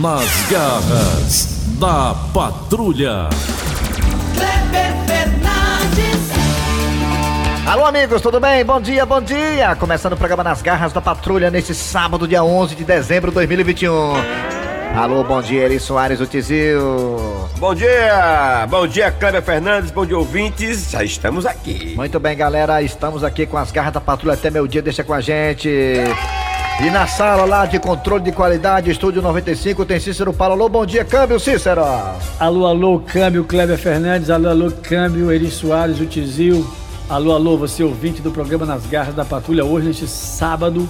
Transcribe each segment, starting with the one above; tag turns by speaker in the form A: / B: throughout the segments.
A: Nas garras da patrulha.
B: Kleber Fernandes.
C: Alô amigos, tudo bem? Bom dia, bom dia! Começando o programa Nas Garras da Patrulha neste sábado, dia 11 de dezembro de 2021. Alô, bom dia, Eri Soares do Tizil.
D: Bom dia! Bom dia, Cléber Fernandes, bom dia, ouvintes. Já estamos aqui.
C: Muito bem, galera, estamos aqui com as Garras da Patrulha até meio dia, deixa com a gente. E na sala lá de controle de qualidade, estúdio 95, tem Cícero Paulo. Alô, bom dia, câmbio, Cícero!
E: Alô, alô, câmbio, Kleber Fernandes, alô, alô, câmbio, Eri Soares, o Tizil. Alô, alô, você ouvinte do programa Nas Garras da Patrulha, hoje neste sábado.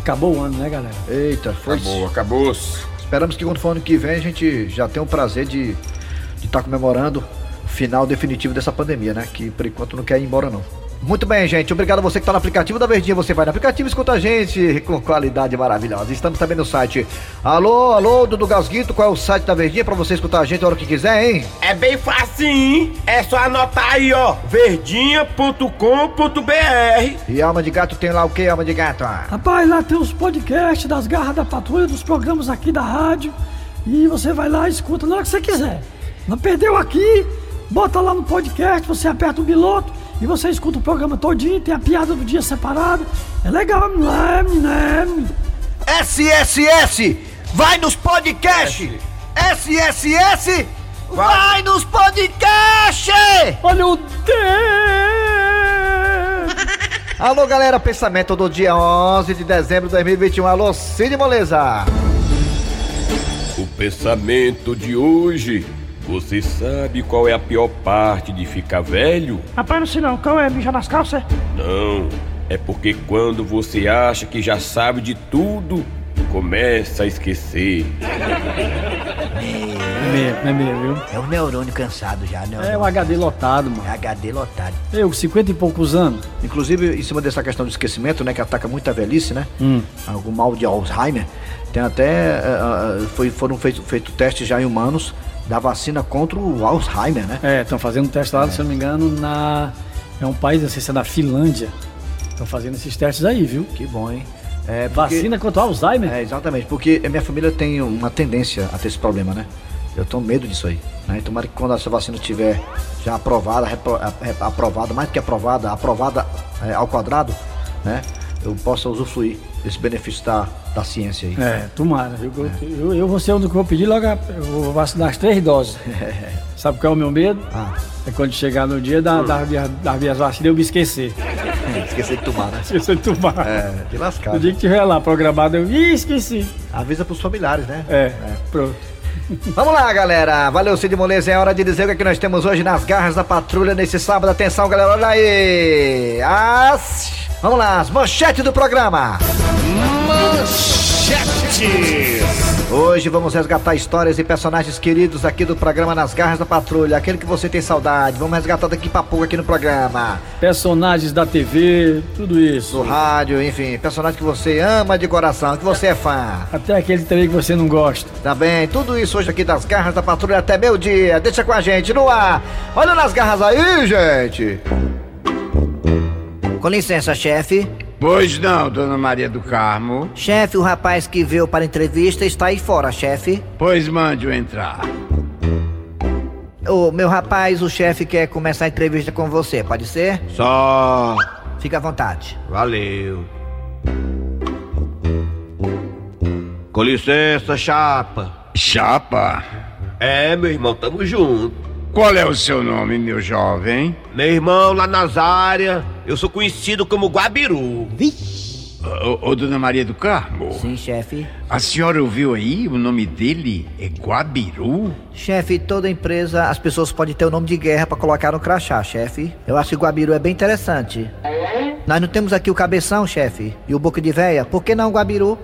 E: Acabou o ano, né, galera?
C: Eita, foi.
D: Acabou, acabou. -se.
C: Esperamos que quando for ano que vem a gente já tenha o prazer de estar comemorando o final definitivo dessa pandemia, né? Que por enquanto não quer ir embora, não. Muito bem, gente. Obrigado a você que está no aplicativo da Verdinha. Você vai no aplicativo e escuta a gente com qualidade maravilhosa. Estamos também no site. Alô, alô, Dudu Gasguito. Qual é o site da Verdinha para você escutar a gente a hora que quiser, hein?
D: É bem fácil, hein? É só anotar aí, ó. verdinha.com.br.
C: E Alma de Gato tem lá o que, Alma de Gato?
E: Rapaz, lá tem os podcasts das Garras da Patrulha, dos programas aqui da rádio. E você vai lá e escuta na hora que você quiser. Não perdeu aqui? Bota lá no podcast, você aperta o piloto e você escuta o programa todinho, tem a piada do dia separada. É legal, né? né?
C: SSS! Vai nos podcasts! SSS! Vai nos podcasts!
E: Olha o Deus!
C: Alô, galera, pensamento do dia 11 de dezembro de 2021. Alô, Cid Moleza!
D: O pensamento de hoje. Você sabe qual é a pior parte de ficar velho?
E: Rapaz, não sei não, qual é? Mijar nas calças?
D: Não. É porque quando você acha que já sabe de tudo, começa a esquecer.
E: É mesmo, é mesmo, viu?
C: É o neurônio cansado já, né?
E: É o HD lotado, mano.
C: HD lotado.
E: Eu, com 50 e poucos anos.
C: Tá Inclusive, em cima dessa questão do esquecimento, né, que ataca muito a velhice, né?
E: Hum.
C: Algum mal de Alzheimer. Tem até. eh, eh, foi, foram feitos feito testes já em humanos da vacina contra o Alzheimer, né?
E: É, estão fazendo um teste lá, se eu não me engano, na. É um país, não sei se é na Finlândia. Estão fazendo esses testes aí, viu?
C: Que bom, hein? É, porque-
E: Vacina contra o Alzheimer.
C: É, exatamente, porque a minha família tem uma tendência a ter esse problema, né? Eu tenho medo disso aí. Né? Tomara que quando essa vacina estiver já aprovada, repro- a- re- aprovada, mais do que aprovada, aprovada é, ao quadrado, né? Eu possa usufruir desse benefício da, da ciência aí.
E: É, tomara, viu? Eu, eu, eu vou ser um do que vou pedir logo, a- eu vou vacinar as três doses. Sabe qual é o meu medo?
C: Ah,
E: É quando chegar no dia da, das, minhas, das minhas vacinas eu me esquecer.
C: esqueci de tomar, né?
E: Esqueci de tomar.
C: É, de
E: No
C: lascar.
E: dia que tiver lá programado, eu Ih, esqueci.
C: Avisa pros familiares, né?
E: É, pronto.
C: Vamos lá, galera. Valeu, Cid Moleza. É hora de dizer o que, é que nós temos hoje nas garras da patrulha nesse sábado. Atenção, galera. Olha aí. As... Vamos lá, as manchetes do programa. Manchetes. Hoje vamos resgatar histórias e personagens queridos aqui do programa Nas Garras da Patrulha. Aquele que você tem saudade. Vamos resgatar daqui pra pouco aqui no programa.
E: Personagens da TV, tudo
C: Do
E: isso.
C: rádio, enfim. Personagem que você ama de coração, que você é fã.
E: Até aquele também que você não gosta.
C: Tá bem, tudo isso hoje aqui das garras da patrulha até meio dia. Deixa com a gente no ar. Olha nas garras aí, gente. Com licença, chefe.
F: Pois não, dona Maria do Carmo.
C: Chefe, o rapaz que veio para a entrevista está aí fora, chefe.
F: Pois mande-o entrar.
C: O meu rapaz, o chefe quer começar a entrevista com você, pode ser?
F: Só.
C: Fica à vontade.
F: Valeu. Com licença, chapa. Chapa?
D: É, meu irmão, tamo junto.
F: Qual é o seu nome, meu jovem?
D: Meu irmão lá nas áreas, eu sou conhecido como Guabiru.
F: Ô, ô, dona Maria do Carmo.
C: Sim, chefe.
F: A senhora ouviu aí o nome dele? É Guabiru?
C: Chefe, toda empresa, as pessoas podem ter o nome de guerra pra colocar no crachá, chefe. Eu acho que Guabiru é bem interessante. Nós não temos aqui o cabeção, chefe, e o boca de véia. Por que não Guabiru?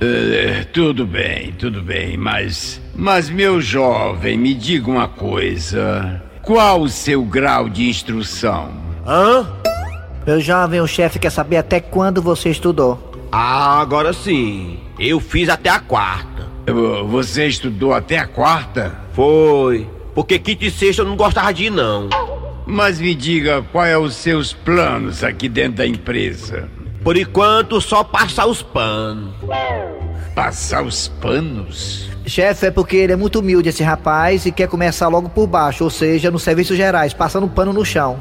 F: É, tudo bem, tudo bem, mas. Mas, meu jovem, me diga uma coisa. Qual o seu grau de instrução?
D: Hã?
C: Meu jovem, o chefe quer saber até quando você estudou.
D: Ah, agora sim. Eu fiz até a quarta.
F: Vo- Você estudou até a quarta?
D: Foi. Porque quinta e sexta eu não gostava de ir, não.
F: Mas me diga, quais são os seus planos aqui dentro da empresa?
D: Por enquanto, só passar os panos.
F: passar os panos?
G: Chefe, é porque ele é muito humilde, esse rapaz, e quer começar logo por baixo, ou seja, nos serviços gerais, passando um pano no chão.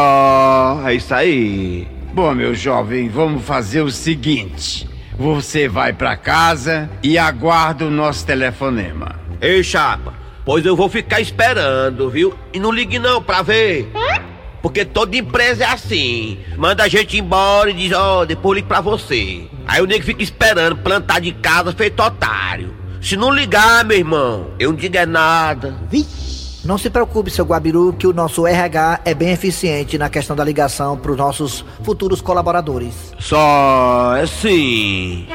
F: Só é isso aí. Bom, meu jovem, vamos fazer o seguinte: você vai pra casa e aguarda o nosso telefonema.
H: Ei, chapa, pois eu vou ficar esperando, viu? E não ligue não pra ver. Porque toda empresa é assim. Manda a gente embora e diz, ó, depois ligo pra você. Aí o nego fica esperando plantar de casa feito otário. Se não ligar, meu irmão, eu não digo é nada.
G: Não se preocupe, seu Guabiru, que o nosso RH é bem eficiente na questão da ligação para os nossos futuros colaboradores.
H: Só é assim.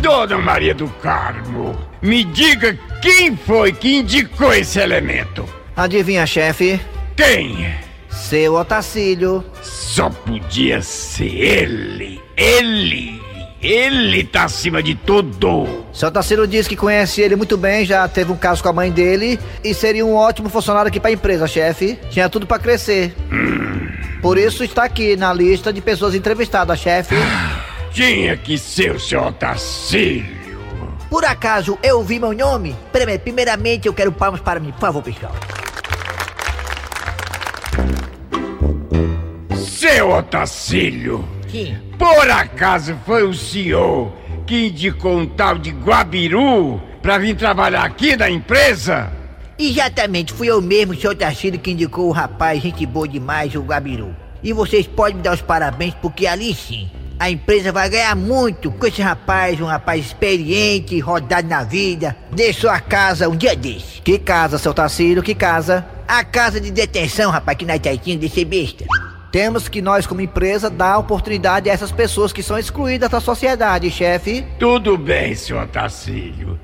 F: Dona Maria do Carmo, me diga quem foi que indicou esse elemento?
G: Adivinha, chefe?
F: Quem?
G: Seu Otacílio.
F: Só podia ser ele. Ele. Ele tá acima de tudo.
G: Seu Otacílio diz que conhece ele muito bem, já teve um caso com a mãe dele e seria um ótimo funcionário aqui para a empresa, chefe. Tinha tudo para crescer. Por isso está aqui na lista de pessoas entrevistadas, chefe.
F: Tinha que ser o seu Otacílio.
G: Por acaso eu ouvi meu nome? Prime- Primeiramente eu quero palmas para mim, por favor, pessoal.
F: Seu Otacílio.
G: Sim.
F: Por acaso foi o senhor que indicou um tal de Guabiru pra vir trabalhar aqui na empresa?
G: Exatamente, fui eu mesmo, seu Tarcílio, que indicou o rapaz, gente boa demais, o Gabiru. E vocês podem me dar os parabéns, porque ali sim, a empresa vai ganhar muito com esse rapaz, um rapaz experiente, rodado na vida. Deixou a casa um dia desse. Que casa, seu Tarcílio, que casa? A casa de detenção, rapaz, que na Itaitinha desse besta. Temos que nós, como empresa, dar oportunidade a essas pessoas que são excluídas da sociedade, chefe.
F: Tudo bem, senhor Tacílio.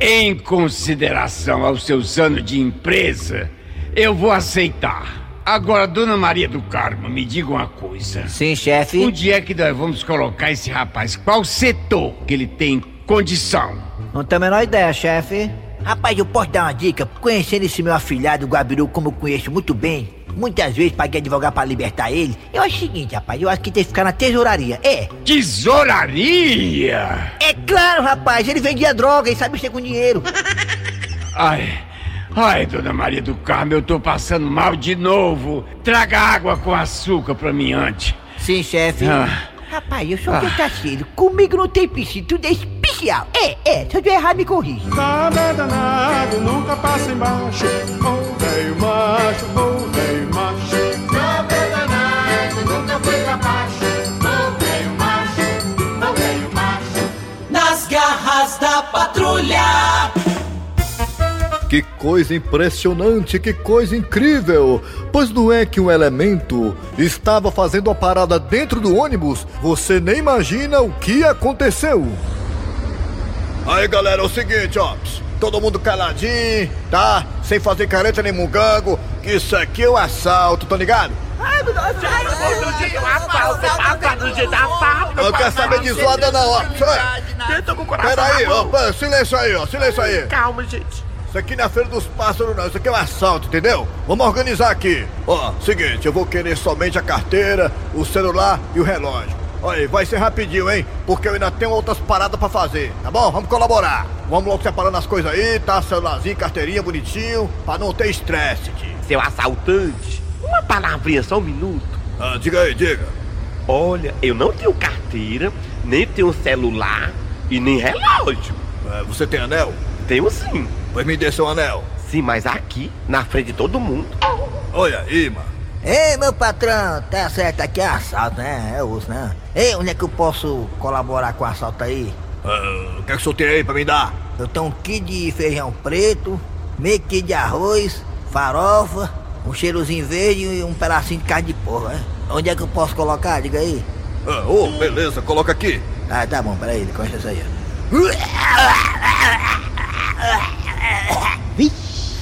F: Em consideração aos seus anos de empresa, eu vou aceitar. Agora, dona Maria do Carmo, me diga uma coisa.
G: Sim, chefe.
F: Onde é que nós vamos colocar esse rapaz? Qual setor que ele tem condição?
G: Não tenho a menor ideia, chefe. Rapaz, eu posso dar uma dica? Conhecendo esse meu afilhado, o Guabiru, como eu conheço muito bem, muitas vezes paguei advogado pra libertar ele. Eu acho o seguinte, rapaz, eu acho que tem que ficar na tesouraria. É,
F: Tesouraria!
G: é claro, rapaz, ele vendia droga e sabe mexer com dinheiro.
F: Ai, ai, dona Maria do Carmo, eu tô passando mal de novo. Traga água com açúcar pra mim antes.
G: Sim, chefe.
F: Ah.
G: Rapaz, eu sou ah. tentaceiro. Comigo não tem piscina, tudo é especial. É, é, se eu tiver errado, me corrija.
I: Nada é danado, nunca passa embaixo. Bom velho macho, bom velho macho.
J: Nada é danado, nunca foi pra baixo. Não veio macho, não veio macho. Nas garras da patrulha.
K: Que coisa impressionante, que coisa incrível! Pois não é que um elemento estava fazendo a parada dentro do ônibus? Você nem imagina o que aconteceu! Aí galera, é o seguinte, ó. pss, Todo mundo caladinho, tá? Sem fazer careta nem mungango, que isso aqui é um assalto, tá ligado? Não quer saber de zoada não, ó.
H: Tenta tá com o coração.
K: Peraí, ó, pô, silêncio aí, ó, silêncio aí.
H: Calma, gente.
K: Isso aqui não é feira dos pássaros, não. Isso aqui é um assalto, entendeu? Vamos organizar aqui. Ó, seguinte, eu vou querer somente a carteira, o celular e o relógio. Olha aí, vai ser rapidinho, hein? Porque eu ainda tenho outras paradas pra fazer, tá bom? Vamos colaborar. Vamos logo separando as coisas aí, tá? Celularzinho, carteirinha, bonitinho, pra não ter estresse, tio.
H: Seu assaltante, uma palavrinha, só um minuto.
K: Ah, diga aí, diga.
H: Olha, eu não tenho carteira, nem tenho celular e nem relógio.
K: É, você tem anel?
H: Tenho sim.
K: Pois me dê seu anel.
H: Sim, mas aqui, na frente de todo mundo.
K: Olha aí, mano.
G: Ei, meu patrão, tá certo, aqui é assalto, né? É osso, né? Ei, onde é que eu posso colaborar com o assalto aí?
K: Ah, o que é que o senhor tem aí pra me dar?
G: Eu tenho um quilo de feijão preto, meio quilo de arroz, farofa, um cheirozinho verde e um pedacinho de carne de porco, né? Onde é que eu posso colocar? Diga aí.
K: Ah, Ô, beleza, coloca aqui.
G: Ah, tá bom, peraí, deixa isso aí. ó.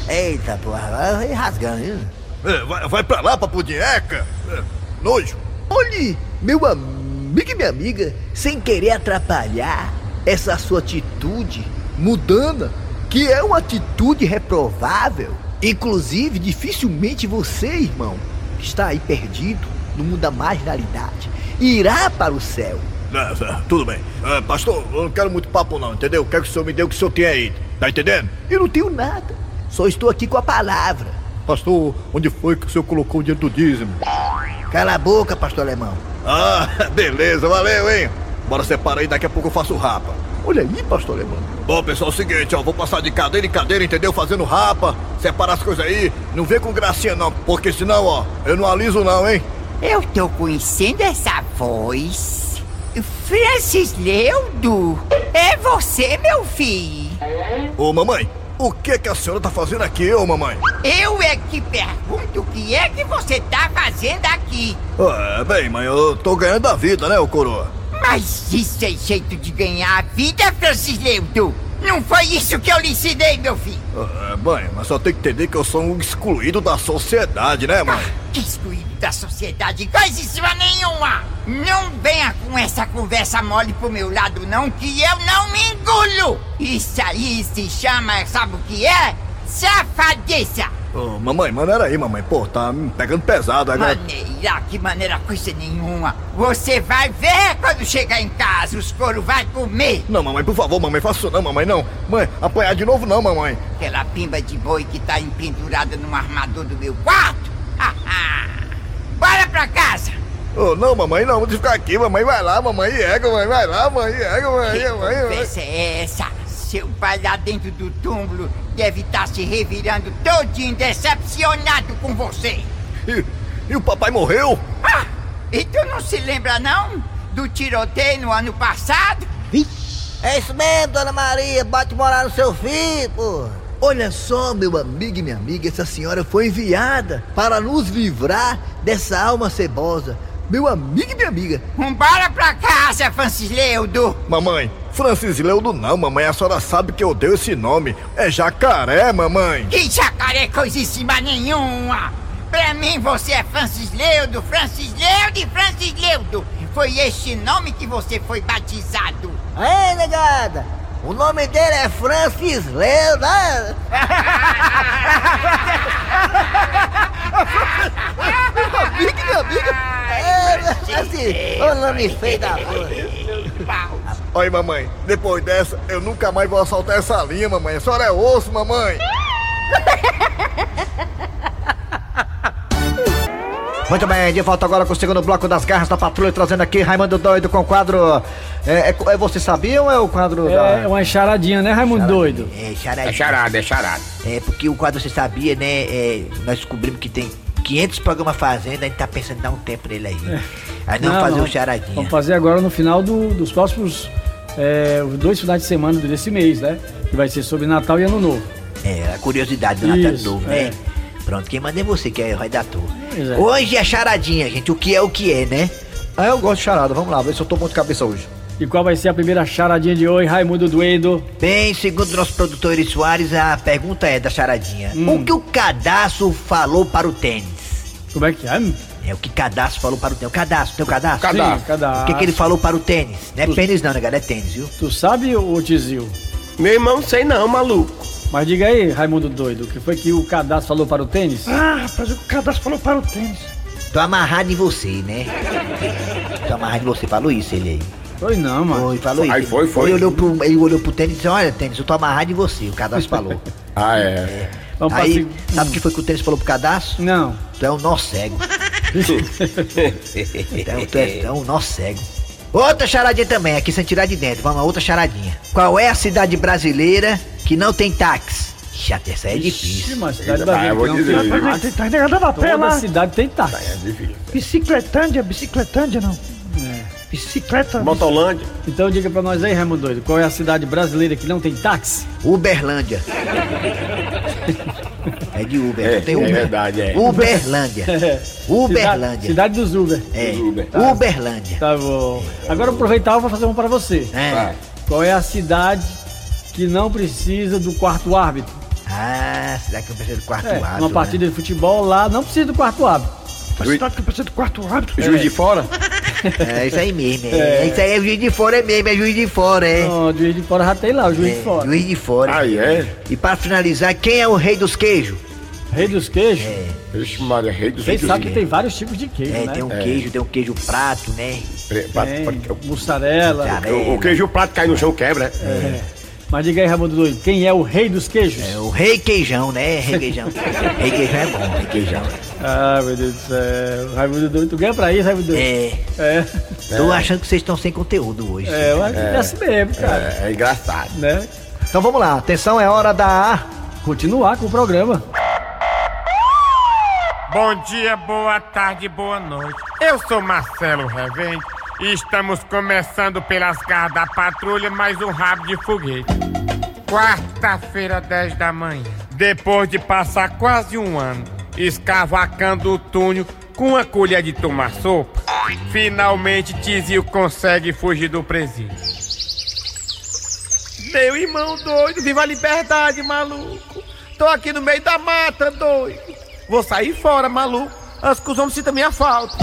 G: Eita, porra, agora eu fui rasgando, viu?
K: É, vai, vai pra lá, papudieca. É, nojo.
G: Olhe, meu amigo e minha amiga, sem querer atrapalhar essa sua atitude mudana, que é uma atitude reprovável, inclusive dificilmente você, irmão, que está aí perdido no mundo da marginalidade, irá para o céu.
K: é, tudo bem. É, pastor, eu não quero muito papo não, entendeu? Quero que o senhor me dê o que o senhor tem aí. Tá entendendo?
G: Eu não tenho nada. Só estou aqui com a palavra.
K: Pastor, onde foi que o senhor colocou o dinheiro do dízimo?
G: Cala a boca, pastor alemão.
K: Ah, beleza, valeu, hein? Bora separar aí, daqui a pouco eu faço rapa.
G: Olha aí, pastor alemão.
K: Bom, pessoal, é o seguinte, ó, vou passar de cadeira em cadeira, entendeu? Fazendo rapa, separar as coisas aí. Não vem com gracinha não, porque senão, ó, eu não aliso não, hein?
L: Eu tô conhecendo essa voz. Francis Leudo, é você, meu filho?
K: Ô, mamãe, o que que a senhora tá fazendo aqui, ô, mamãe?
L: Eu é que pergunto o que é que você tá fazendo aqui.
K: É, bem, mãe, eu tô ganhando a vida, né, ô coroa?
L: Mas isso é jeito de ganhar a vida, Francis Leudo. Não foi isso que eu lhe ensinei, meu filho.
K: É, mãe, mas só tem que entender que eu sou um excluído da sociedade, né, mãe?
L: Que excluído da sociedade, coisa sua nenhuma. Não venha com essa conversa mole pro meu lado, não, que eu não me engulo. Isso aí se chama, sabe o que é? Safadeza.
K: Ô, mamãe, maneira aí, mamãe. Pô, tá me pegando pesado agora.
L: Maneira, que maneira coisa nenhuma. Você vai ver quando chegar em casa, os couro vai comer.
K: Não, mamãe, por favor, mamãe, faça isso não, mamãe, não. Mãe, apanhar de novo não, mamãe.
L: Aquela pimba de boi que tá empendurada num armador do meu quarto? Bora pra casa.
K: Ô, não, mamãe, não, vou ficar aqui, mamãe, vai lá, mamãe, ega, mamãe, vai lá, mamãe, ega, mamãe,
L: que
K: mamãe.
L: conversa é essa? Seu pai lá dentro do túmulo deve estar se revirando todinho decepcionado com você.
K: E, e o papai morreu?
L: Ah, e tu não se lembra não do tiroteio no ano passado?
G: É isso mesmo, dona Maria. Bate morar no seu filho, pô. Olha só, meu amigo e minha amiga, essa senhora foi enviada para nos livrar dessa alma cebosa. Meu amigo e minha amiga,
L: Vambora pra casa, Francis Leudo.
K: Mamãe, Francis Leudo não, mamãe, a senhora sabe que eu dei esse nome. É jacaré, mamãe.
L: Que jacaré coisíssima nenhuma! Pra mim você é Francis Leudo, Francis Leudo e Francis Leudo. Foi este nome que você foi batizado.
G: Aí, negada! O nome dele é Francis Leu, né? amiga, minha amiga! É, assim, o nome feio da rua.
K: Olha, mamãe, depois dessa, eu nunca mais vou assaltar essa linha, mamãe. A senhora é osso, mamãe.
C: Muito bem, de volta agora com o segundo bloco das garras da patrulha, trazendo aqui Raimundo Doido com o quadro. É, é, é você sabia ou é o quadro
E: É
C: da.
E: uma charadinha, né, Raimundo Doido?
G: É, charadinha.
M: É charada, é charada.
G: É, porque o quadro você sabia, né? é, nós descobrimos que tem 500 programas fazendo, a gente tá pensando em dar um tempo nele aí.
E: É.
G: Aí nós vamos fazer o charadinha.
E: Vamos fazer agora no final do- dos próximos é, os dois finais de semana desse mês, né? Que vai ser sobre Natal e Ano Novo.
G: É, a curiosidade do Natal
E: Isso,
G: Novo,
E: é.
G: né? Pronto, quem manda é você, que é o redator.
E: Pois é.
G: Hoje é charadinha, gente. O que é o que é, né?
C: Ah, eu gosto de charada, vamos lá, ver se eu tô muito de cabeça hoje.
E: E qual vai ser a primeira charadinha de hoje, Raimundo Doido?
G: Bem, segundo nosso produtor Eri Soares, a pergunta é da charadinha.
E: Hum.
G: O que o cadastro falou para o tênis?
E: Como é que é?
G: É o que cadastro falou para o tênis. O cadastro, tem o cadastro?
E: Cadastro. Sim, cadastro.
G: O que, que ele falou para o tênis? Não é pênis não, né, galera? É tênis, viu?
E: Tu sabe, ô Tizil?
M: Meu irmão, sei não, maluco.
E: Mas diga aí, Raimundo Doido, o que foi que o cadastro falou para o tênis?
F: Ah, rapaz, o cadastro falou para o tênis.
G: Tô amarrado em você, né? Tô amarrado em você. Falou isso ele aí.
E: Foi não, mano.
G: Foi, falou isso.
D: Aí foi, foi.
G: Ele olhou pro, ele olhou pro tênis e disse, olha, tênis, eu tô amarrado em você. O cadastro falou.
D: Ah, é.
E: Vamos pra
G: Aí,
E: seg-
G: sabe o que foi que o tênis falou pro cadastro?
E: Não.
G: Tu é um nó cego. tu, é, um- tu é- tu é um nó cego. Outra charadinha também, aqui sem tirar de dentro. Vamos, outra charadinha. Qual é a cidade brasileira que não tem táxi? Chata, essa é
E: Ixi,
G: difícil.
E: mas tá
M: Tá
E: cidade
D: Ah,
E: brasileira
D: eu vou
E: que não
D: dizer,
E: tem-
D: viu?
F: Ah, tem tá negada na
E: né? Toda
F: tela.
E: cidade tem
M: Tá,
E: táxi.
D: É difícil.
F: Bicicletândia, bicicletândia não. Bicicleta.
D: Motolândia.
E: É. Então diga pra nós aí, Raimundo Doido, qual é a cidade brasileira que não tem táxi?
G: Uberlândia. é de Uber,
D: É,
G: não tem
D: é
G: Uber.
D: verdade, é.
G: Uberlândia.
E: É, Cidade,
G: Uberlândia.
E: cidade dos Uber.
G: É,
D: Uber.
G: Uberlândia.
E: Tá bom. Agora eu vou aproveitar e vou fazer uma pra você.
G: É.
E: Qual é a cidade que não precisa do quarto árbitro?
G: Ah, será que eu preciso do quarto
E: É,
G: árbitro? né?
E: uma partida de futebol lá não precisa do quarto árbitro.
F: A cidade que eu preciso do quarto hábito.
D: Juiz de fora?
G: né? É isso aí mesmo, é. Isso aí é juiz de fora, é mesmo, é juiz de fora, é.
E: Não, o juiz de fora já tem lá, o juiz
G: É,
E: de fora.
G: Juiz de fora.
D: Ah, é?
G: E pra finalizar, quem é o rei dos queijos?
E: Rei dos queijos?
N: Vixe, Maria, rei dos
E: Vocês sabem que
N: queijos.
E: tem vários tipos de queijo,
N: É,
E: né?
N: tem um É. queijo,
E: tem um queijo prato, né?
N: Pre- pra- pra-
E: Mussarela.
N: o, o queijo prato cai no chão quebra, né?
E: É. Mas diga aí, Raimundo Doido, quem é o rei dos queijos? É o rei queijão, né?
G: Rei queijão. Rei queijão é bom, rei queijão.
E: ah, meu Deus do céu. Raimundo Doido, tu ganha pra isso, Raimundo Doido? É. É.
G: Tô achando que vocês estão sem conteúdo hoje.
E: É, mas é assim mesmo, cara.
G: É, engraçado.
E: Né?
O: Então vamos lá, atenção, é hora da.
E: Continuar com o programa.
P: Bom dia, boa tarde, boa noite. Eu sou Marcelo Revende e estamos começando pelas garras da patrulha mais um rabo de foguete. Quarta-feira, 10 da manhã. Depois de passar quase um ano escavacando o túnel com uma colher de tomar sopa, finalmente Tizio consegue fugir do presídio.
H: Meu irmão doido, viva a liberdade, maluco. Tô aqui no meio da mata, doido.
P: Vou sair fora, maluco. Antes que os homens sintam minha falta.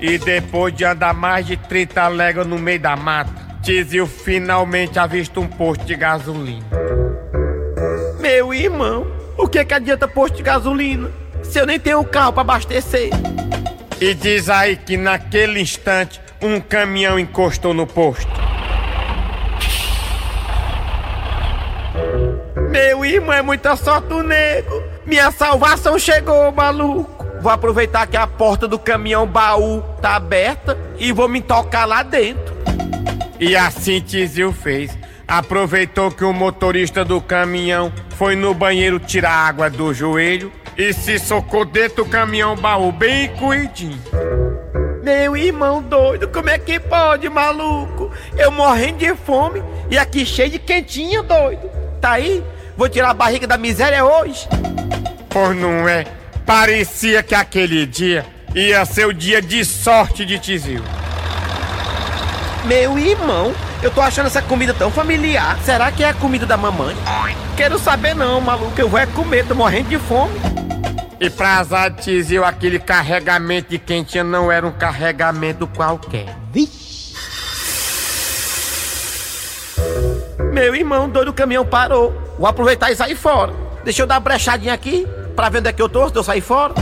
P: E depois de andar mais de 30 léguas no meio da mata, Tizio finalmente avista um posto de gasolina.
H: Meu irmão, o que que adianta posto de gasolina se eu nem tenho um carro pra abastecer?
P: E diz aí que naquele instante um caminhão encostou no posto.
H: Meu irmão, é muita sorte do nego. Minha salvação chegou, maluco. Vou aproveitar que a porta do caminhão baú tá aberta e vou me tocar lá dentro.
P: E assim Tizio fez. Aproveitou que o motorista do caminhão foi no banheiro tirar água do joelho e se socou dentro do caminhão baú, bem cuidinho.
H: Meu irmão doido, como é que pode, maluco? Eu morrendo de fome e aqui cheio de quentinha, doido. Tá aí? Vou tirar a barriga da miséria hoje.
P: Por não é? Parecia que aquele dia ia ser o dia de sorte de Tizio.
H: Meu irmão, eu tô achando essa comida tão familiar. Será que é a comida da mamãe? Quero saber não, maluco. Eu vou é comer, tô morrendo de fome.
P: E pra azar de Tizio, aquele carregamento de quentinha não era um carregamento qualquer.
H: Meu irmão, doido, o caminhão parou. Vou aproveitar e sair fora. Deixa eu dar uma brechadinha aqui pra ver onde é que eu tô, se eu sair fora.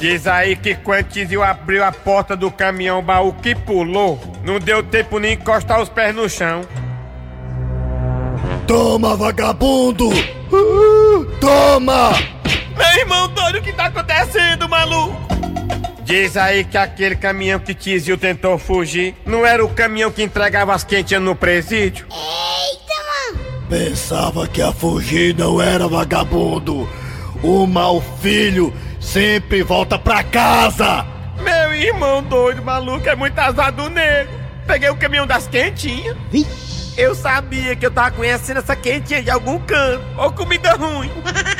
P: Diz aí que quando Tizio abriu a porta do caminhão baú que pulou, não deu tempo nem encostar os pés no chão.
Q: Toma, vagabundo! Ah, Toma!
H: Meu irmão, doido, o que tá acontecendo, maluco?
P: Diz aí que aquele caminhão que Tizio tentou fugir não era o caminhão que entregava as quentinhas no presídio?
Q: Pensava que a fugir não era vagabundo. O mau filho sempre volta pra casa.
H: Meu irmão doido, maluco, é muito azar do nego. Peguei o caminhão das quentinhas. Eu sabia que eu tava conhecendo essa quentinha de algum canto. Ou comida ruim.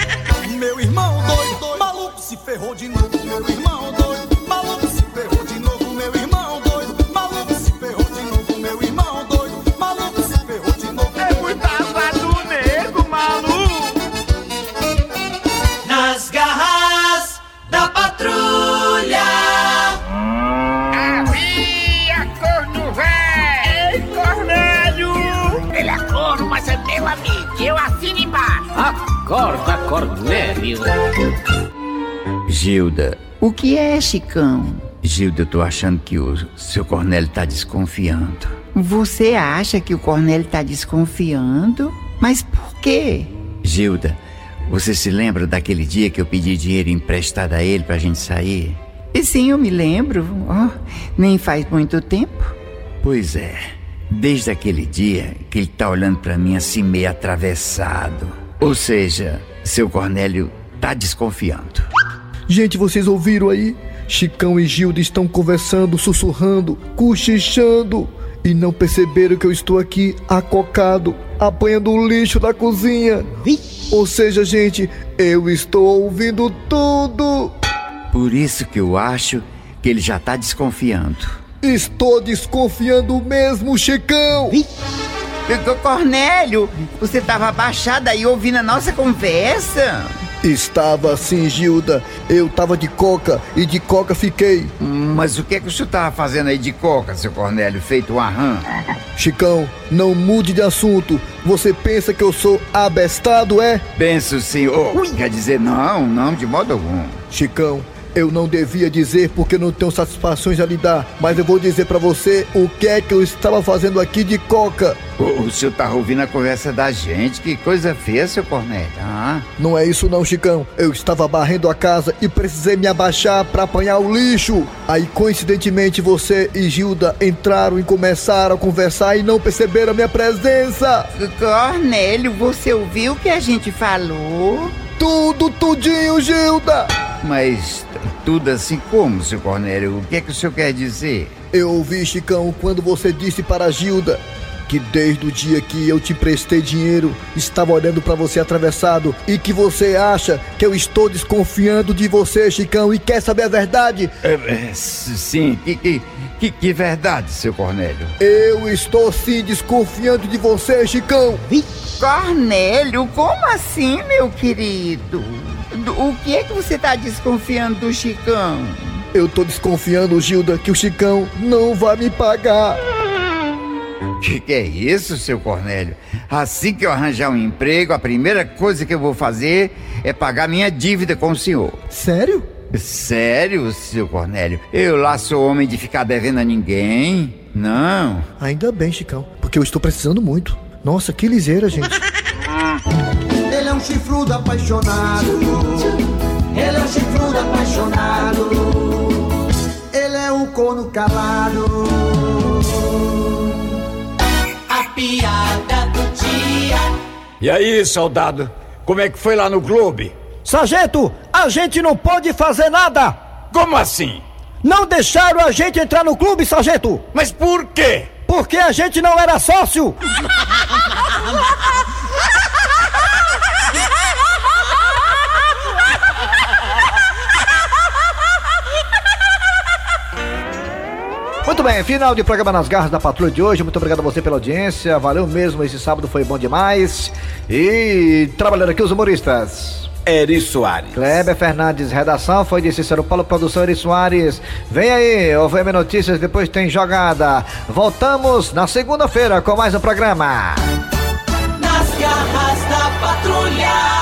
R: Meu irmão doido, maluco se ferrou de novo. Meu irmão doido, maluco se ferrou de novo. Meu irmão doido, maluco se ferrou de novo. Meu irmão doido, maluco se ferrou de novo. É
H: muito azar do nego, maluco.
S: Nas garras da patrulha.
T: Havia corno velho! Ei, Cornélio! Ele é corno, mas é meu amigo, eu assino embaixo!
C: Acorda, Cornélio.
U: Gilda, o que é, Chicão? Gilda, eu tô achando que o seu Cornélio tá desconfiando.
L: Você acha que o Cornélio tá desconfiando? Mas por quê?
U: Gilda, você se lembra daquele dia que eu pedi dinheiro emprestado a ele pra gente sair?
L: E sim, eu me lembro. Oh, nem faz muito tempo.
U: Pois é, desde aquele dia que ele tá olhando pra mim assim meio atravessado. Ou seja, seu Cornélio tá desconfiando.
Q: Gente, vocês ouviram aí? Chicão e Gilda estão conversando, sussurrando, cochichando e não perceberam que eu estou aqui acocado, apanhando o lixo da cozinha. Ou seja, gente, eu estou ouvindo tudo.
U: Por isso que eu acho que ele já tá desconfiando.
Q: Estou desconfiando mesmo, Chicão.
L: Ô, Cornélio, você tava abaixado aí ouvindo a nossa conversa?
Q: Estava assim, Gilda. Eu tava de coca e de coca fiquei.
U: Mas o que é que o senhor tava fazendo aí de coca, seu Cornélio, feito um arran?
Q: Chicão, não mude de assunto. Você pensa que eu sou abestado, é?
V: Penso, senhor. Quer dizer, não, não, de modo algum.
Q: Chicão, eu não devia dizer porque não tenho satisfações a lhe dar, mas eu vou dizer pra você o que é que eu estava fazendo aqui de coca.
V: O, o senhor tá ouvindo a conversa da gente? Que coisa feia, seu Cornélio. Ah,
Q: Não é isso não, Chicão. Eu estava barrendo a casa e precisei me abaixar pra apanhar o lixo. Aí, coincidentemente, você e Gilda entraram e começaram a conversar e não perceberam a minha presença.
L: Cornélio,
V: é
L: você ouviu o que a gente falou?
Q: Tudo, tudinho, Gilda!
V: ah? mas t- tudo assim como, seu Cornélio? O que é que o senhor quer dizer?
Q: Eu ouvi, Chicão, quando você disse para Gilda que desde o dia que eu te prestei dinheiro, estava olhando para você atravessado e que você acha que eu estou desconfiando de você, Chicão, e quer saber a verdade?
V: É, é, s- sim, que, que, que, que verdade, seu Cornélio.
Q: Eu estou sim desconfiando de você, Chicão.
L: Cornélio, como assim, meu querido? Do- O que é que você tá desconfiando do Chicão?
Q: Eu tô desconfiando, Gilda, que o Chicão não vai me pagar.
V: Que que é isso, seu Cornélio? Assim que eu arranjar um emprego, a primeira coisa que eu vou fazer é pagar minha dívida com o senhor.
Q: Sério?
V: Sério, seu Cornélio? Eu lá sou homem de ficar devendo a ninguém? Não.
Q: Ainda bem, Chicão, porque eu estou precisando muito. Nossa, que liseira, gente.
W: Ele é um chifrudo apaixonado. Ele é um chifrudo apaixonado. Ele é um corno calado.
U: A piada do dia.
H: E aí, soldado, como é que foi lá no clube?
F: Sargento, a gente não pode fazer nada!
H: Como assim?
F: Não deixaram a gente entrar no clube, sargento!
H: Mas por quê?
F: Porque a gente não era sócio!
C: Muito bem, final de programa nas garras da patrulha de hoje. Muito obrigado a você pela audiência. Valeu mesmo, esse sábado foi bom demais. E trabalhando aqui os humoristas.
X: Eri Soares.
C: Kleber Fernandes, redação foi de Cícero Paulo, produção Eri Soares. Vem aí, o VM Notícias, depois tem jogada. Voltamos na segunda-feira com mais um programa.
U: Nas garras da patrulha.